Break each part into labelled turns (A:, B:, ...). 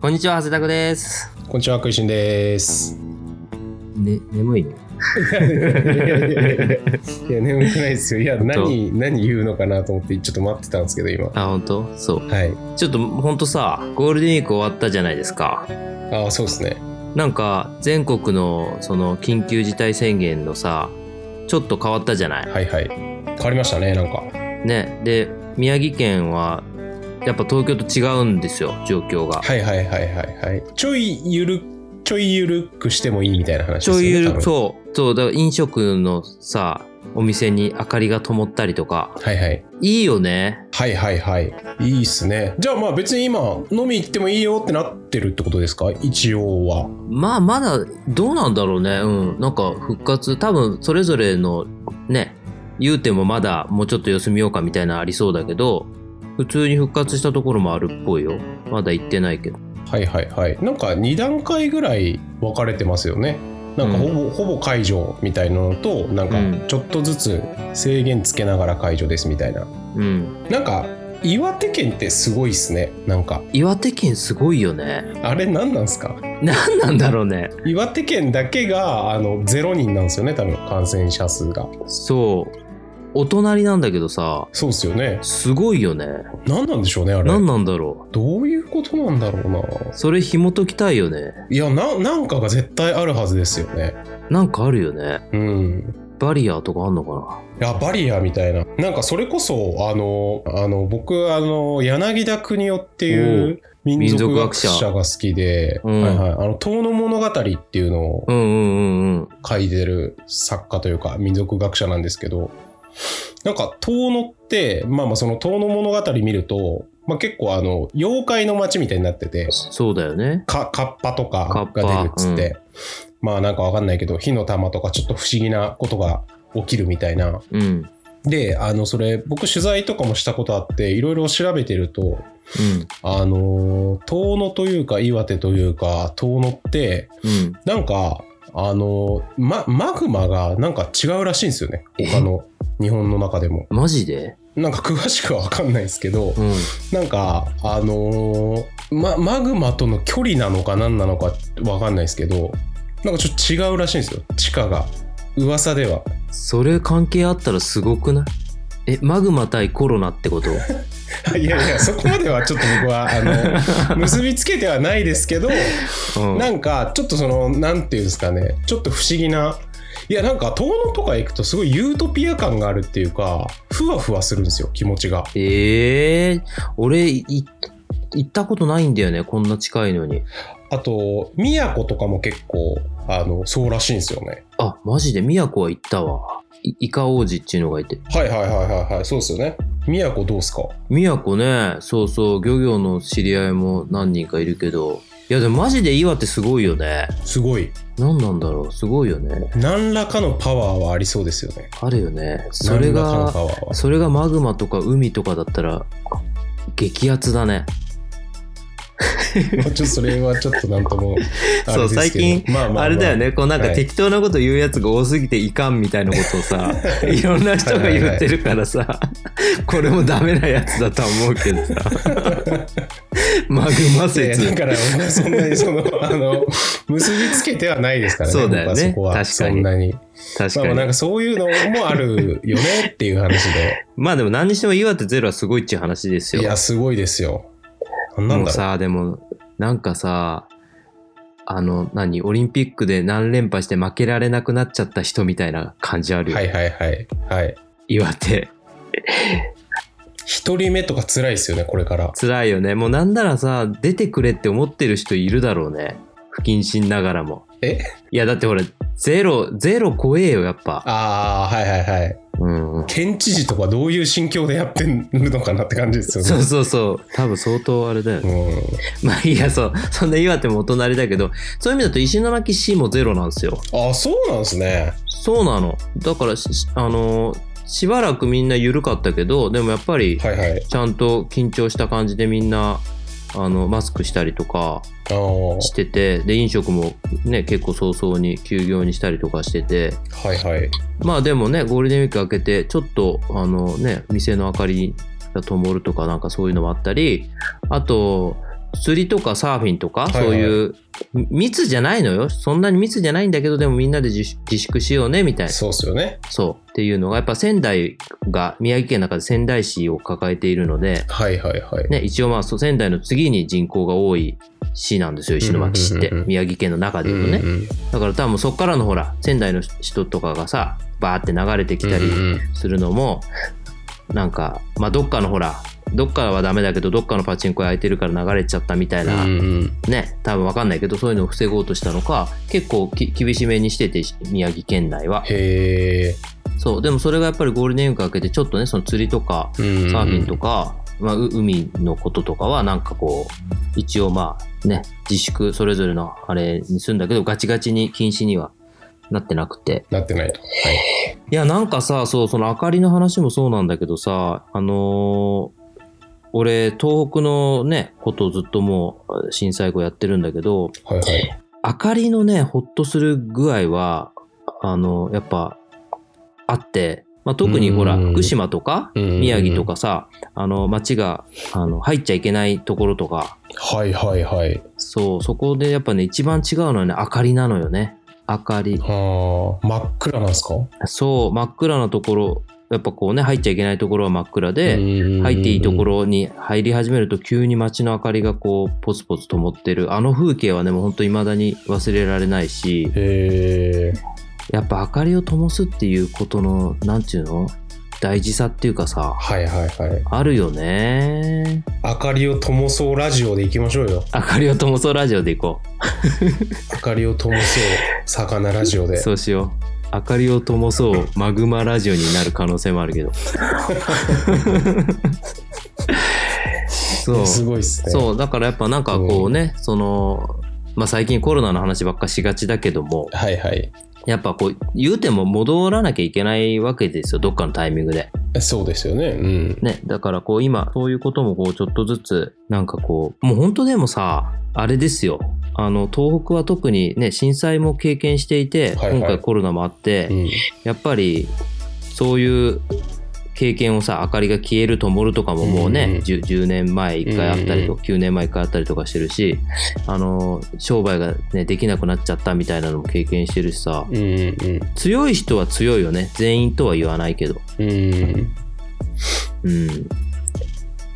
A: こんにちは、長谷拓です。
B: こんにちは、食いしんです。
A: ね、眠いの
B: いやいやいやいやいや、眠くないですよ。いや、何、何言うのかなと思って、ちょっと待ってたんですけど、今。
A: あ、本当そう。
B: はい。
A: ちょっと、ほんとさ、ゴールデンウィーク終わったじゃないですか。
B: ああ、そうですね。
A: なんか、全国の、その、緊急事態宣言のさ、ちょっと変わったじゃない
B: はいはい。変わりましたね、なんか。
A: ね。で、宮城県は、やっぱ東京と違うんですよ、状況が。
B: はいはいはいはいはい。ちょいゆる、ちょいゆるくしてもいいみたいな話
A: ち
B: です
A: ょ
B: よね。
A: いゆ
B: 多分
A: る、そう、そう、だから飲食のさ、お店に明かりが灯ったりとか、
B: はいはい。
A: いいよね。
B: はいはいはい。いいっすね。じゃあまあ別に今、飲み行ってもいいよってなってるってことですか一応は。
A: まあまだどうなんだろうねうんなんか復活多分それぞれのね言うてもまだもうちょっと様子見ようかみたいなのありそうだけど普通に復活したところもあるっぽいよまだ行ってないけど
B: はいはいはい。なんか2段階ぐらい分かれてますよね。なんかほぼ、ほぼ解除みたいなのと、なん
A: うん
B: かちょっとずつ制限つけながら解除ですみたいな。
A: うん
B: なんか岩手県ってすごいっすね。なんか
A: 岩手県すごいよね
B: あれ何なんすか
A: 何なんだろうね
B: 岩手県だけがあの0人なんですよね多分感染者数が。
A: そうお隣なんだけどさ
B: そうっすよね。
A: すごいよね
B: 何なんでしょうねあれ。
A: 何なんだろ
B: どういうことなんだろうな。
A: うそれ紐解きたいよね
B: いやななんかが絶対あるはずですよね。
A: なんかあるよね
B: うん。
A: バリアとかあんのか
B: いやバリアみたいななんかそれこそあのあの僕あの柳田国夫っていう民
A: 民
B: 族
A: 族
B: 学
A: 学者
B: 者が好きで「
A: うん
B: はいはい、あの遠野物語」っていうのを
A: なうんうんうんうん
B: 書いてる作家というか民族学者なんですけどなんか遠野ってまあまあその遠野物語見ると、まあ、結構あの妖怪の街みたいになってて
A: そうだよね
B: かカッパとかが出るっつって、まあなんかわかんないけど火の玉とかちょっと不思議なことが起きるみたいな
A: うんうん
B: であのそれ僕取材とかもしたことあっていろいろ調べてるとあのー遠野というか岩手というか遠野って
A: うん
B: なんかあのーま、マグマがなんか違うらしいんですよね
A: え
B: 他の日本の中でも
A: マジで
B: なんか詳しくは分かんないですけど
A: うん。
B: なんかあのーま、マグマとの距離なのか何なのか分かんないですけどなんかちょっと違うらしいんですよ地下が噂では
A: それ関係あったらすごくないえ、マグマ対コロナってこと
B: いやいやそこまではちょっと僕はあの 結びつけてはないですけど
A: うん
B: なんかちょっとそのなんていうんですかねちょっと不思議ないやなんか遠野とか行くとすごいユートピア感があるっていうかふわふわするんですよ気持ちが
A: ええ俺、い行ったことないんだよね、こんな近いのに。
B: あと宮古とかも結構あのそうらしいんですよね
A: あ、マジで、宮古は行ったわ。いイカ王子っていうのがいて。
B: はいはいはいはいはいそうですよね宮古どうですか
A: 宮古ね、そうそう、漁業の知り合いも何人かいるけど。いや、でもマジで岩手すごいよね。
B: すごい
A: 何なんだろう、すごいよね。
B: 何らかのパワーはありそうですよね
A: あるよね。それ
B: 何らかの
A: が
B: パ、ワーは
A: それがマグマとか海とかだったら、激アツだね。
B: まあちょっとそれはちょっとなん ともあれですけど
A: そう最近
B: まあまあまあ
A: あれだよね、こうなんか
B: はい
A: 適当なこと言うやつが多すぎていかんみたいなことをさ、い、ろんな人が言ってるからさ、これもダメなやつだとは思うけど さ、マグマ
B: いや
A: 説
B: だ。から僕はそんなにそのあの結びつけてはないですからね
A: そうだよね
B: 僕は
A: 確
B: そ
A: か
B: こは
A: に
B: そんなに
A: 確
B: ま
A: か
B: あまあ
A: に。ま
B: なん
A: あ、
B: かそういうのもあるよねっていう話で
A: でも何にしても岩手ゼロはすごいっちゅう話ですよ。
B: いやすごいですよなんだろ
A: も
B: う
A: うさ、でも、なんかさ、あの、何、オリンピックで何連覇して負けられなくなっちゃった人みたいな感じあるよ。
B: はいはいはいはい
A: 岩手。
B: 一人目とか辛いですよねこれから
A: 辛いよね。もうなんならさ、出てくれって思ってる人いるだろうね。不謹慎ながらも。
B: え
A: いや、だってほら、ゼロ、ゼロ怖えよ、やっぱ。
B: ああはいはいはい
A: うんうん。
B: 県知事とかどういう心境でやってるのかなって感じですよ
A: そう
B: ね
A: そうそう。多分相当あれだよね。
B: うん
A: まあいいや、そう。そんな岩手もお隣だけど、そういう意味だと石巻市もゼロなんですよ。
B: ああそうなんですね
A: そうなの。だからし、しあのーしばらくみんな緩かったけど、でもやっぱり、
B: はいはい
A: ちゃんと緊張した感じでみんな、あの、マスクしたりとか、
B: あー
A: しててで飲食もね結構早々に休業にしたりとかしてて
B: はいはい
A: まあでもねゴールデンウィーク明けてちょっとあのね店の明かりが灯るとかなんかそういうのもあったりあと釣りとかサーフィンとか
B: い
A: そ
B: はいう
A: いうみ密じゃないのよそんなに密じゃないんだけどでもみんなで自自粛しようねみたいな
B: そうっすよね。
A: そうっていうのがやっぱ仙台が宮城県の中で仙台市を抱えているので、
B: はいはいはい。
A: ね、一応まあそう仙台の次に人口が多い市なんですよ石巻市って
B: うんうんうんうん
A: 宮城県の中で
B: う
A: 言
B: ん
A: うと
B: う
A: ね
B: ん
A: だから多分そっからのほら仙台の人とかがさバーって流れてきたり
B: うんうん
A: するのもなんかまあどっかのほらどっかはダメだけどどっかのパチンコ屋空いてるから流れちゃったみたいな
B: うんうん
A: ね多分わかんないけどそういうのを防ごうとしたのか結構き厳しめにしてて宮城県内は
B: へえ。
A: そうでもそれがやっぱりゴールデンウィーク明けてちょっとねその釣りとか
B: サー
A: サーフィンとか、まあ、う海のこととかはなんかこう一応まあね自粛それぞれのあれにするんだけどガチガチに禁止にはなってなくて
B: なってないと。はい。
A: いやなんかさそうその明かりの話もそうなんだけどさあのー俺東北のねことをずっともう震災後やってるんだけど
B: はいはい。
A: 明かりのねほっとする具合はあのやっぱあって、まあ、特にほら
B: うん
A: 福島とか
B: うん
A: 宮城と。かさ、あの町があの入っちゃいけないところとか
B: はいはいはい。
A: そうそこでやっぱね一番違うのはね明かりなのよね明かり
B: あー真っ暗なんすか
A: そう真っ暗なところやっぱこうね入っちゃいけないところは真っ暗で、入
B: 入
A: っていいとこ。ろに入り始めると急に街の明かりがこうポツポツ灯ってるあの風景はねもうほんと未だに忘れられないし
B: へえ。
A: やっぱ明かりを灯すっていうことのなんていうの大事さっていうかさ
B: はいはいはい。
A: あるよね
B: 明かりを灯そうラジオで行きましょうよ。
A: 明かりを灯そうラジオでいこう
B: 明かりを灯そう魚ラジオで。
A: そうしよう。明かりを灯そうマグマラジオになる可能性もある けど。そう。
B: すごいっすね。
A: そう、だからやっぱなんかこうね、その、まあ最近コロナの話ばっかしがちだけども、
B: はいはい。
A: やっぱこう、言うても戻らなきゃいけないわけですよ、どっかのタイミングで。
B: そうですよね。うん。
A: ね、だからこう今、そういうこともこう、ちょっとずつ、なんかこう、もう本当でもさ、あれですよ。あの、東北は特にね、震災も経験していて、
B: はいはい
A: 今回コロナもあって、
B: うん
A: やっぱりそういう経験をさ明かりが消える灯るとかももうね、
B: うんうん
A: 10, 10年前1回あったりと
B: うん
A: か、9年前1回あったりとかしてるしあの商売が、ね、できなくなっちゃったみたいなのも経験してるしさ
B: うんうん
A: 強い人は強いよね全員とは言わないけど、
B: うん。
A: うん、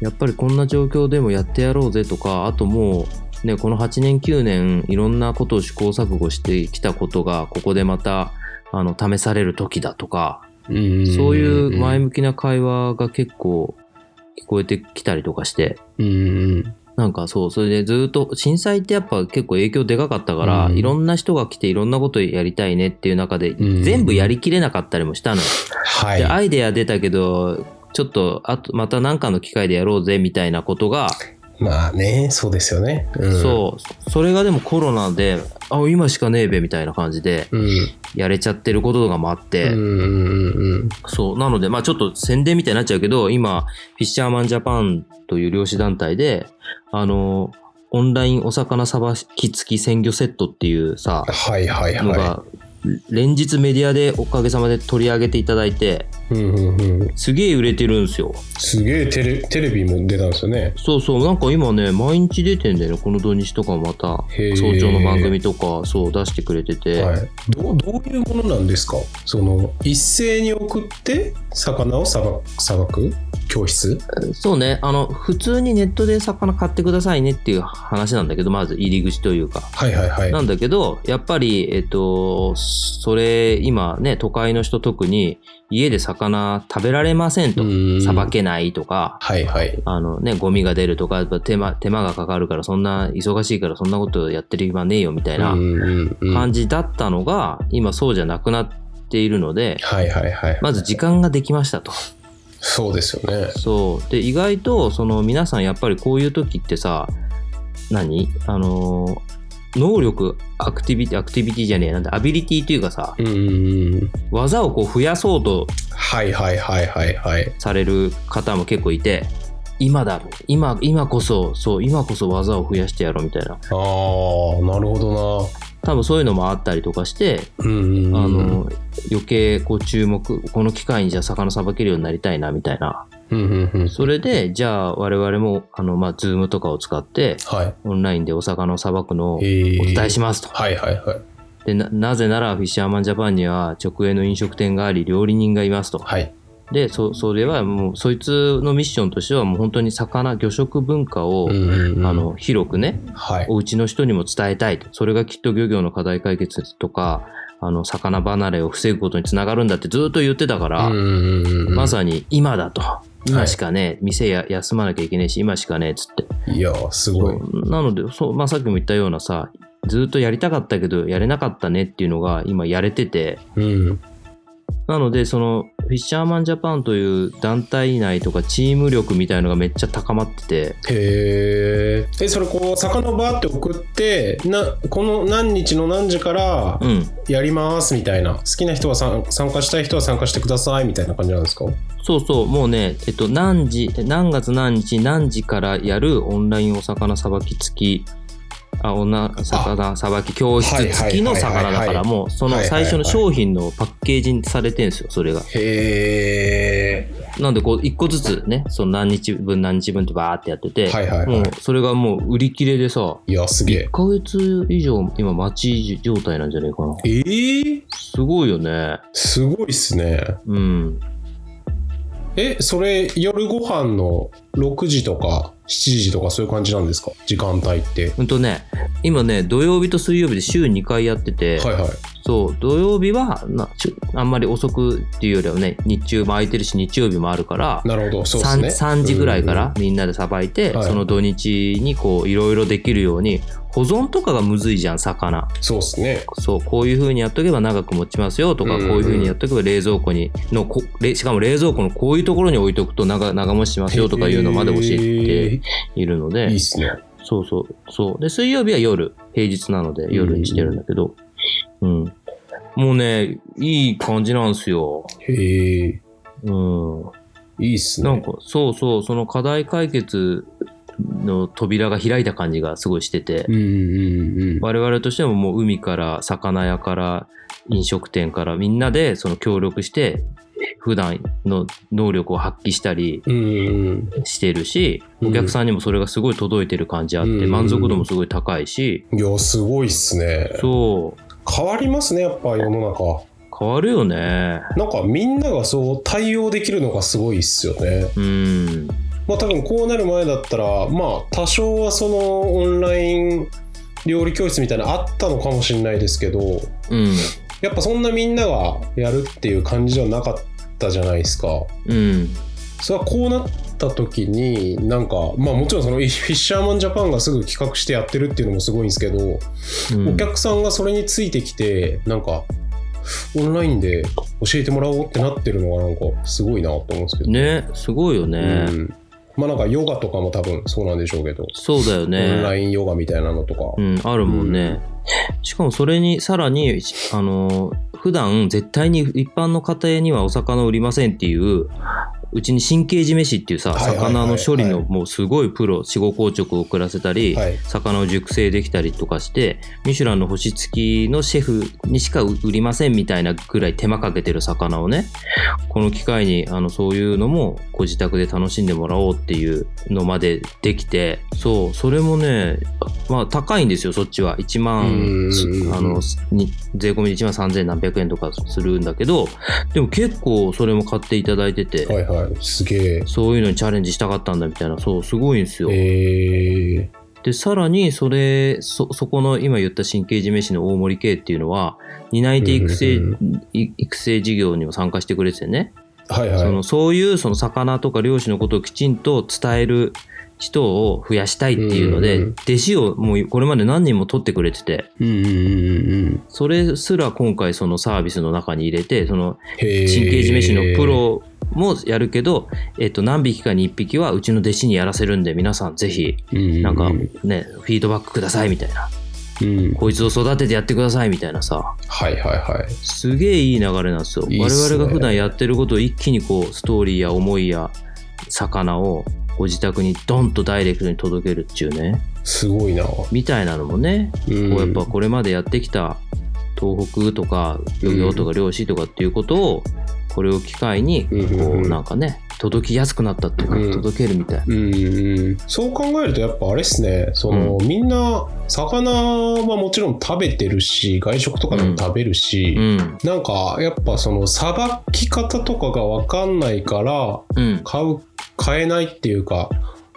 A: やっぱりこんな状況でもやってやろうぜとかあともう、ね、この8年9年いろんなことを試行錯誤してきたことがここでまたあの試される時だとか
B: うん。
A: そういう前
B: 向
A: 向きな会話が結構聞こえてきたりとかして、
B: き。うん
A: なんかそう、それでずっと震災ってやっぱ結構影響でかかったから、
B: うん
A: いろんな人が来ていろんなことやりたいねっていう中で、
B: うん
A: 全部やりきれなかったりもしたのよ。
B: は
A: で、
B: い。
A: アイデア出たけど、ちょっと、あと、また何かの機会でやろうぜみたいなことが、
B: まあね、そうですよね。うん、
A: そう、それがでもコロナで、あ、今しかねえべみたいな感じで、
B: うん。
A: やれちゃってることとかもあって、
B: うんうんうんうん。
A: そう。なので、まあちょっと宣伝みたいになっちゃうけど、今、フィッシャーマンジャパンという漁師団体で、あの、オンラインお魚さばき付き鮮魚セットっていうさ、
B: はいはい
A: の
B: は
A: が、連日メディアでおかげさまで取り上げていただいて、
B: い。うんうんうん。
A: すげえ売れてるんですよ。
B: すげえテレテレビも出たんですよね。
A: そうそう、なんか今ね、毎日出てんだよね。この土日とかもまた、
B: へー
A: 早朝の番組とか、そう、出してくれてて。
B: はい、どうどういうものなんですかその一斉に送って魚をさばさばく教室
A: そうね、あの、普通にネットで魚買ってくださいねっていう話なんだけど、まず入り口というか。
B: はいはいはい。
A: なんだけど、やっぱり、えっと、それ、今ね、都会の人特に、家で魚食べられませんと。さば
B: ば。
A: けないとか、
B: はいはい。
A: あのね、ゴミが出るとか、やっぱ手間、手間がかかるから、そんな、忙しいから、そんなことやってる暇ねえよ、みたいな
B: うんうんうんは
A: 感じだったのが、今そうじゃなくなっているので、
B: いはいはい。
A: まず時間ができましたと。
B: そうですよね。
A: そう。で、意外と、その、皆さん、やっぱりこういう時ってさ、何あのー、能力、アクティビティ、アクティビティじゃねえ、なんだ、アビリティというかさ、
B: うんうんうん。
A: 技をこう増やそうと
B: はいはいはいはいはい。
A: される方も結構いて今だ今今こそそう今こそ技を増やしてやろうみたいな
B: ああ、なるほど
A: 多分そういうのもあったりとかして、
B: な。うんうんうん。
A: あの余計こう注目この機会にじゃあ魚さばけるようになりたいなみたいな
B: うんうんうん。
A: それで、じゃあ我々も、あの、まあ、ズームとかを使って、
B: は
A: オンラインでお魚をさばくのをお
B: い。えー
A: 伝えしますと。
B: はいはいはい。
A: でな、なぜならフィッシャーマンジャパンには直営の飲食店があり、料理人がいますと。
B: はい。
A: で、そ、それはもう、そいつのミッションとしてはもう本当に魚、魚食文化を、
B: うんうんうん
A: あ、の、広くね、
B: はい。
A: お家の人にも伝えたいと。それがきっと漁業の課題解決とか、あの、魚離れを防ぐことにつながるんだってずっと言ってたから、
B: うんうんうんうん
A: まさに今だと。今しかね、店や休まなきゃいけないし、今しかね、つって。
B: いやー、すごい。
A: そうなので、そう、まあさっきも言ったようなさ、ずっとやりたかったけど、やれなかったねっていうのが今やれてて、
B: うん。
A: なので、その、フィッシャーマンジャパンという団体内とかチーム力みたいのがめっちゃ高まってて、
B: へーえ、それこう、魚バーって送って、な、この何日の何時から
A: うん。
B: やりますみたいな、好きな人はさん参加したい人は参加してくださいみたいな感じなんですか
A: そうそう、もうね、えっと、何時、何月何日、何時からやるオンラインお魚さばき付き、あ、おな魚さばき教室付きの魚だ
B: はいはいはい
A: か
B: はいは
A: ら、
B: い
A: もうその
B: はいは
A: 最
B: いはい
A: 初の商品のパッケージにされてんですよ、それが。
B: へ
A: なんで、こう、一個ずつね、その何日分何日分ってバーってやってて、
B: はいはいはい
A: もう、それがもう売り切れでさ、
B: え。いや、すげえ
A: 1。ヶ月以上今待ち状態なんじゃないかな。
B: えー、
A: すごいよね。
B: すごいっすね。
A: うん。
B: え、それ夜ご飯の6時とか7時とかそういう感じなんですか時間帯って。
A: ほんとね、今ね、土曜日と水曜日で週2回やってて、
B: はいはい。
A: そう、土曜日はなちょあんまり遅くっていうよりはね、日中も空いてるし、日曜日もあるから、
B: なるほど、そうです
A: 三
B: ね。
A: 3時ぐらいからみんなでさばいて、
B: はい
A: その土日にこう、いろいろできるように、保存とかがむずいじゃん、魚。
B: うん。そうですね。
A: そう、こういう風にやっとけば長く持ちますよとか、
B: う
A: こ
B: んうん
A: ういう風にやっとけば冷蔵庫にのこ、れしかも冷蔵庫のこういうところに置いとくと長長持ちしますよとかいうのまで教えているの
B: え
A: で、
B: ーいいっすね。
A: そうそう、そう。で、水曜日は夜、平日なので夜にしてるんだけど、うん。もうね、いい感じなんですよ。
B: へえ。
A: うん。
B: いいっす
A: なん
B: ね。
A: か、そうそう、その課題解決の扉が開いた感じがすごいしてて、
B: うんうんうん。
A: 我々としてももう海から魚屋から飲食店からみんなでその協力して普段の能力を発揮したり
B: うんうん
A: してるし
B: うん
A: お客さんにもそれがすごい届いてる感じあって
B: うん
A: 満足度もすごい高いし
B: うん。いや、すごいっすね。
A: そう
B: 変わりますね、やっぱ世の中。
A: 変わるよね
B: なんかみんながそう対応できるのがすごいっすよね。
A: うん
B: まあ多分こうなる前だったら、まあ多少はそのオンライン料理教室みたいなのあったのかもしれないですけど、
A: うん
B: やっぱそんなみんながやるっていう感じじゃなかったじゃないですか。
A: うん
B: それはこうなった時になんかまあもちろんそのフィッシャーマンジャパンがすぐ企画してやってるっていうのもすごいんですけど、
A: うん
B: お客さんがそれについてきてなんかオンラインで教えてもらおうってなってるのがなんかすごいなと思うんですけど、
A: ねすごいよね
B: うん、まあなんかヨガとかも多分そうなんでしょうけど、
A: そうだよ
B: オンラ
A: ね
B: インヨガみたいなのとか、
A: うんあるもんねしかもそれにさらにあの普段絶対に一般の家庭にはお魚を売りませんっていううちに神経締め師っていうさ
B: はいはいはいはい
A: 魚の処理のもうすごいプロ死後硬直を遅らせたり、
B: はい
A: 魚を熟成できたりとかしてミシュランの星付きのシェフにしか売りませんみたいなぐらい手間かけてる魚をねこの機会にあのそういうのもご自宅で楽しんでもらおうっていうのまでできてそうそれもねまあ高いんですよそっちは1万
B: うんうんうん
A: あのに税込みで1万3000何百円とかするんだけどでも結構それも買っていただいてて、
B: はいはいすげえ
A: そういうのにチャレンジしたかったんだみたいなそうすごいんですよ。
B: え
A: でさらにそれそそこの今言った神経締め師の大森圭っていうのは担い手育成,い、
B: うん
A: 育成事業にも参加してくれててね、
B: ー、はいはい
A: そのそういうその魚とか漁師のことをきちんと伝える人を増やしたいっていうので、
B: うんうんうん
A: 弟子をもうこれまで何人も取ってくれてて
B: うんうんうんうん
A: それすら今回そのサービスの中に入れてその
B: へー
A: 神経締め師のプロもやるけど、えっと、何匹かに1匹はうちの弟子にやらせるんで皆さんぜひ
B: ううう
A: なんか
B: う
A: ね、フィードバックくださいみたいな、
B: ん、
A: こいつを育ててやってくださいみたいなさ、
B: はいはいはい
A: すげえいい流れなんですよ。
B: いいっ
A: 我
B: すね
A: 々が普段やってることを一気にこう、ストーリーや思いや魚をご自宅にドンとダイレクトに届けるっていうね、
B: すごいな、
A: みたいなのもね、
B: うん
A: こうやっぱこれまでやってきた東北とか漁業とか漁師とかっていうことを、これを機会に、こ
B: うんうんう
A: うんなんかね、届きやすくなったっていうか、
B: うん
A: 届けるみたい。
B: うんうん、そう考えるとやっぱあれっすねその、みんな魚はもちろん食べてるし外食とかでも食べるし、
A: うん。
B: なんかやっぱそのさばき方とかが分かんないから
A: うん。
B: 買う買えないっていうか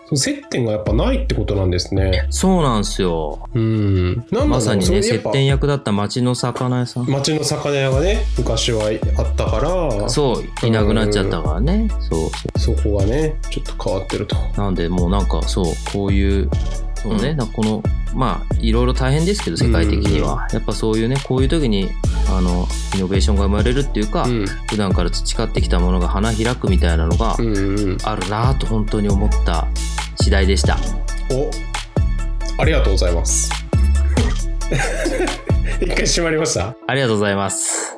B: その接点がやっぱないってことなんですね。
A: そうなんですよ。
B: うん、なんだろう
A: まさに
B: それ
A: ね、
B: でや
A: 接
B: っぱ
A: 点役だった町の魚屋さん。
B: 町の魚屋がね昔はあったからそ
A: そう、いなくなっちゃったからね。そう。
B: こがねちょっと変わってると。
A: なんでもうなんかそうこういうそうね、
B: うん
A: なんかこのまあいろいろ大変ですけど世界的には、やっぱそういうねこういう時にあのイノベーションが生まれるっていうか、
B: うん
A: 普段から培ってきたものが花開くみたいなのが
B: うんうん、
A: あるなぁと本当に思った次第でした。
B: おありがとうございます 一回閉まりました
A: ありがとうござい ます。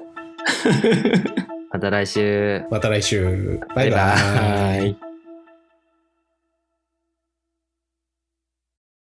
A: また来週。
B: また来週バイバイ
A: イ